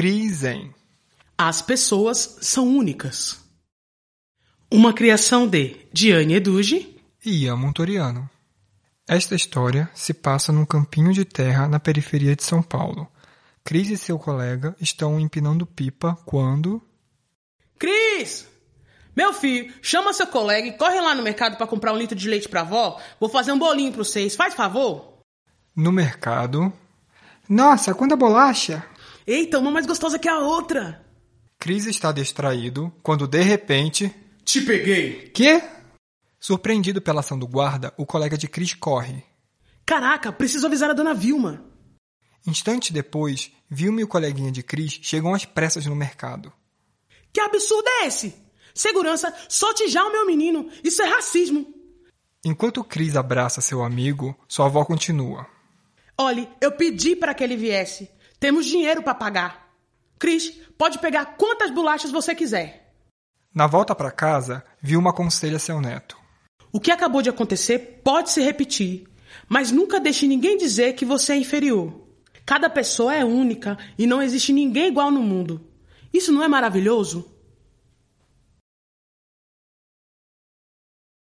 dizem. As pessoas são únicas. Uma criação de Diane Eduge. e Ian Montoriano. Esta história se passa num campinho de terra na periferia de São Paulo. Cris e seu colega estão empinando pipa quando. Cris! Meu filho, chama seu colega e corre lá no mercado para comprar um litro de leite pra vó. Vou fazer um bolinho pra vocês, faz favor. No mercado. Nossa, quanta bolacha! Eita, uma mais gostosa que a outra. Cris está distraído quando de repente. Te peguei. Que? Surpreendido pela ação do guarda, o colega de Cris corre. Caraca, preciso avisar a dona Vilma. Instante depois, Vilma e o coleguinha de Cris chegam às pressas no mercado. Que absurdo é esse? Segurança, solte já o meu menino. Isso é racismo. Enquanto Cris abraça seu amigo, sua avó continua. Olhe, eu pedi para que ele viesse. Temos dinheiro para pagar. Cris, pode pegar quantas bolachas você quiser. Na volta para casa, Vilma aconselha seu neto. O que acabou de acontecer pode se repetir, mas nunca deixe ninguém dizer que você é inferior. Cada pessoa é única e não existe ninguém igual no mundo. Isso não é maravilhoso?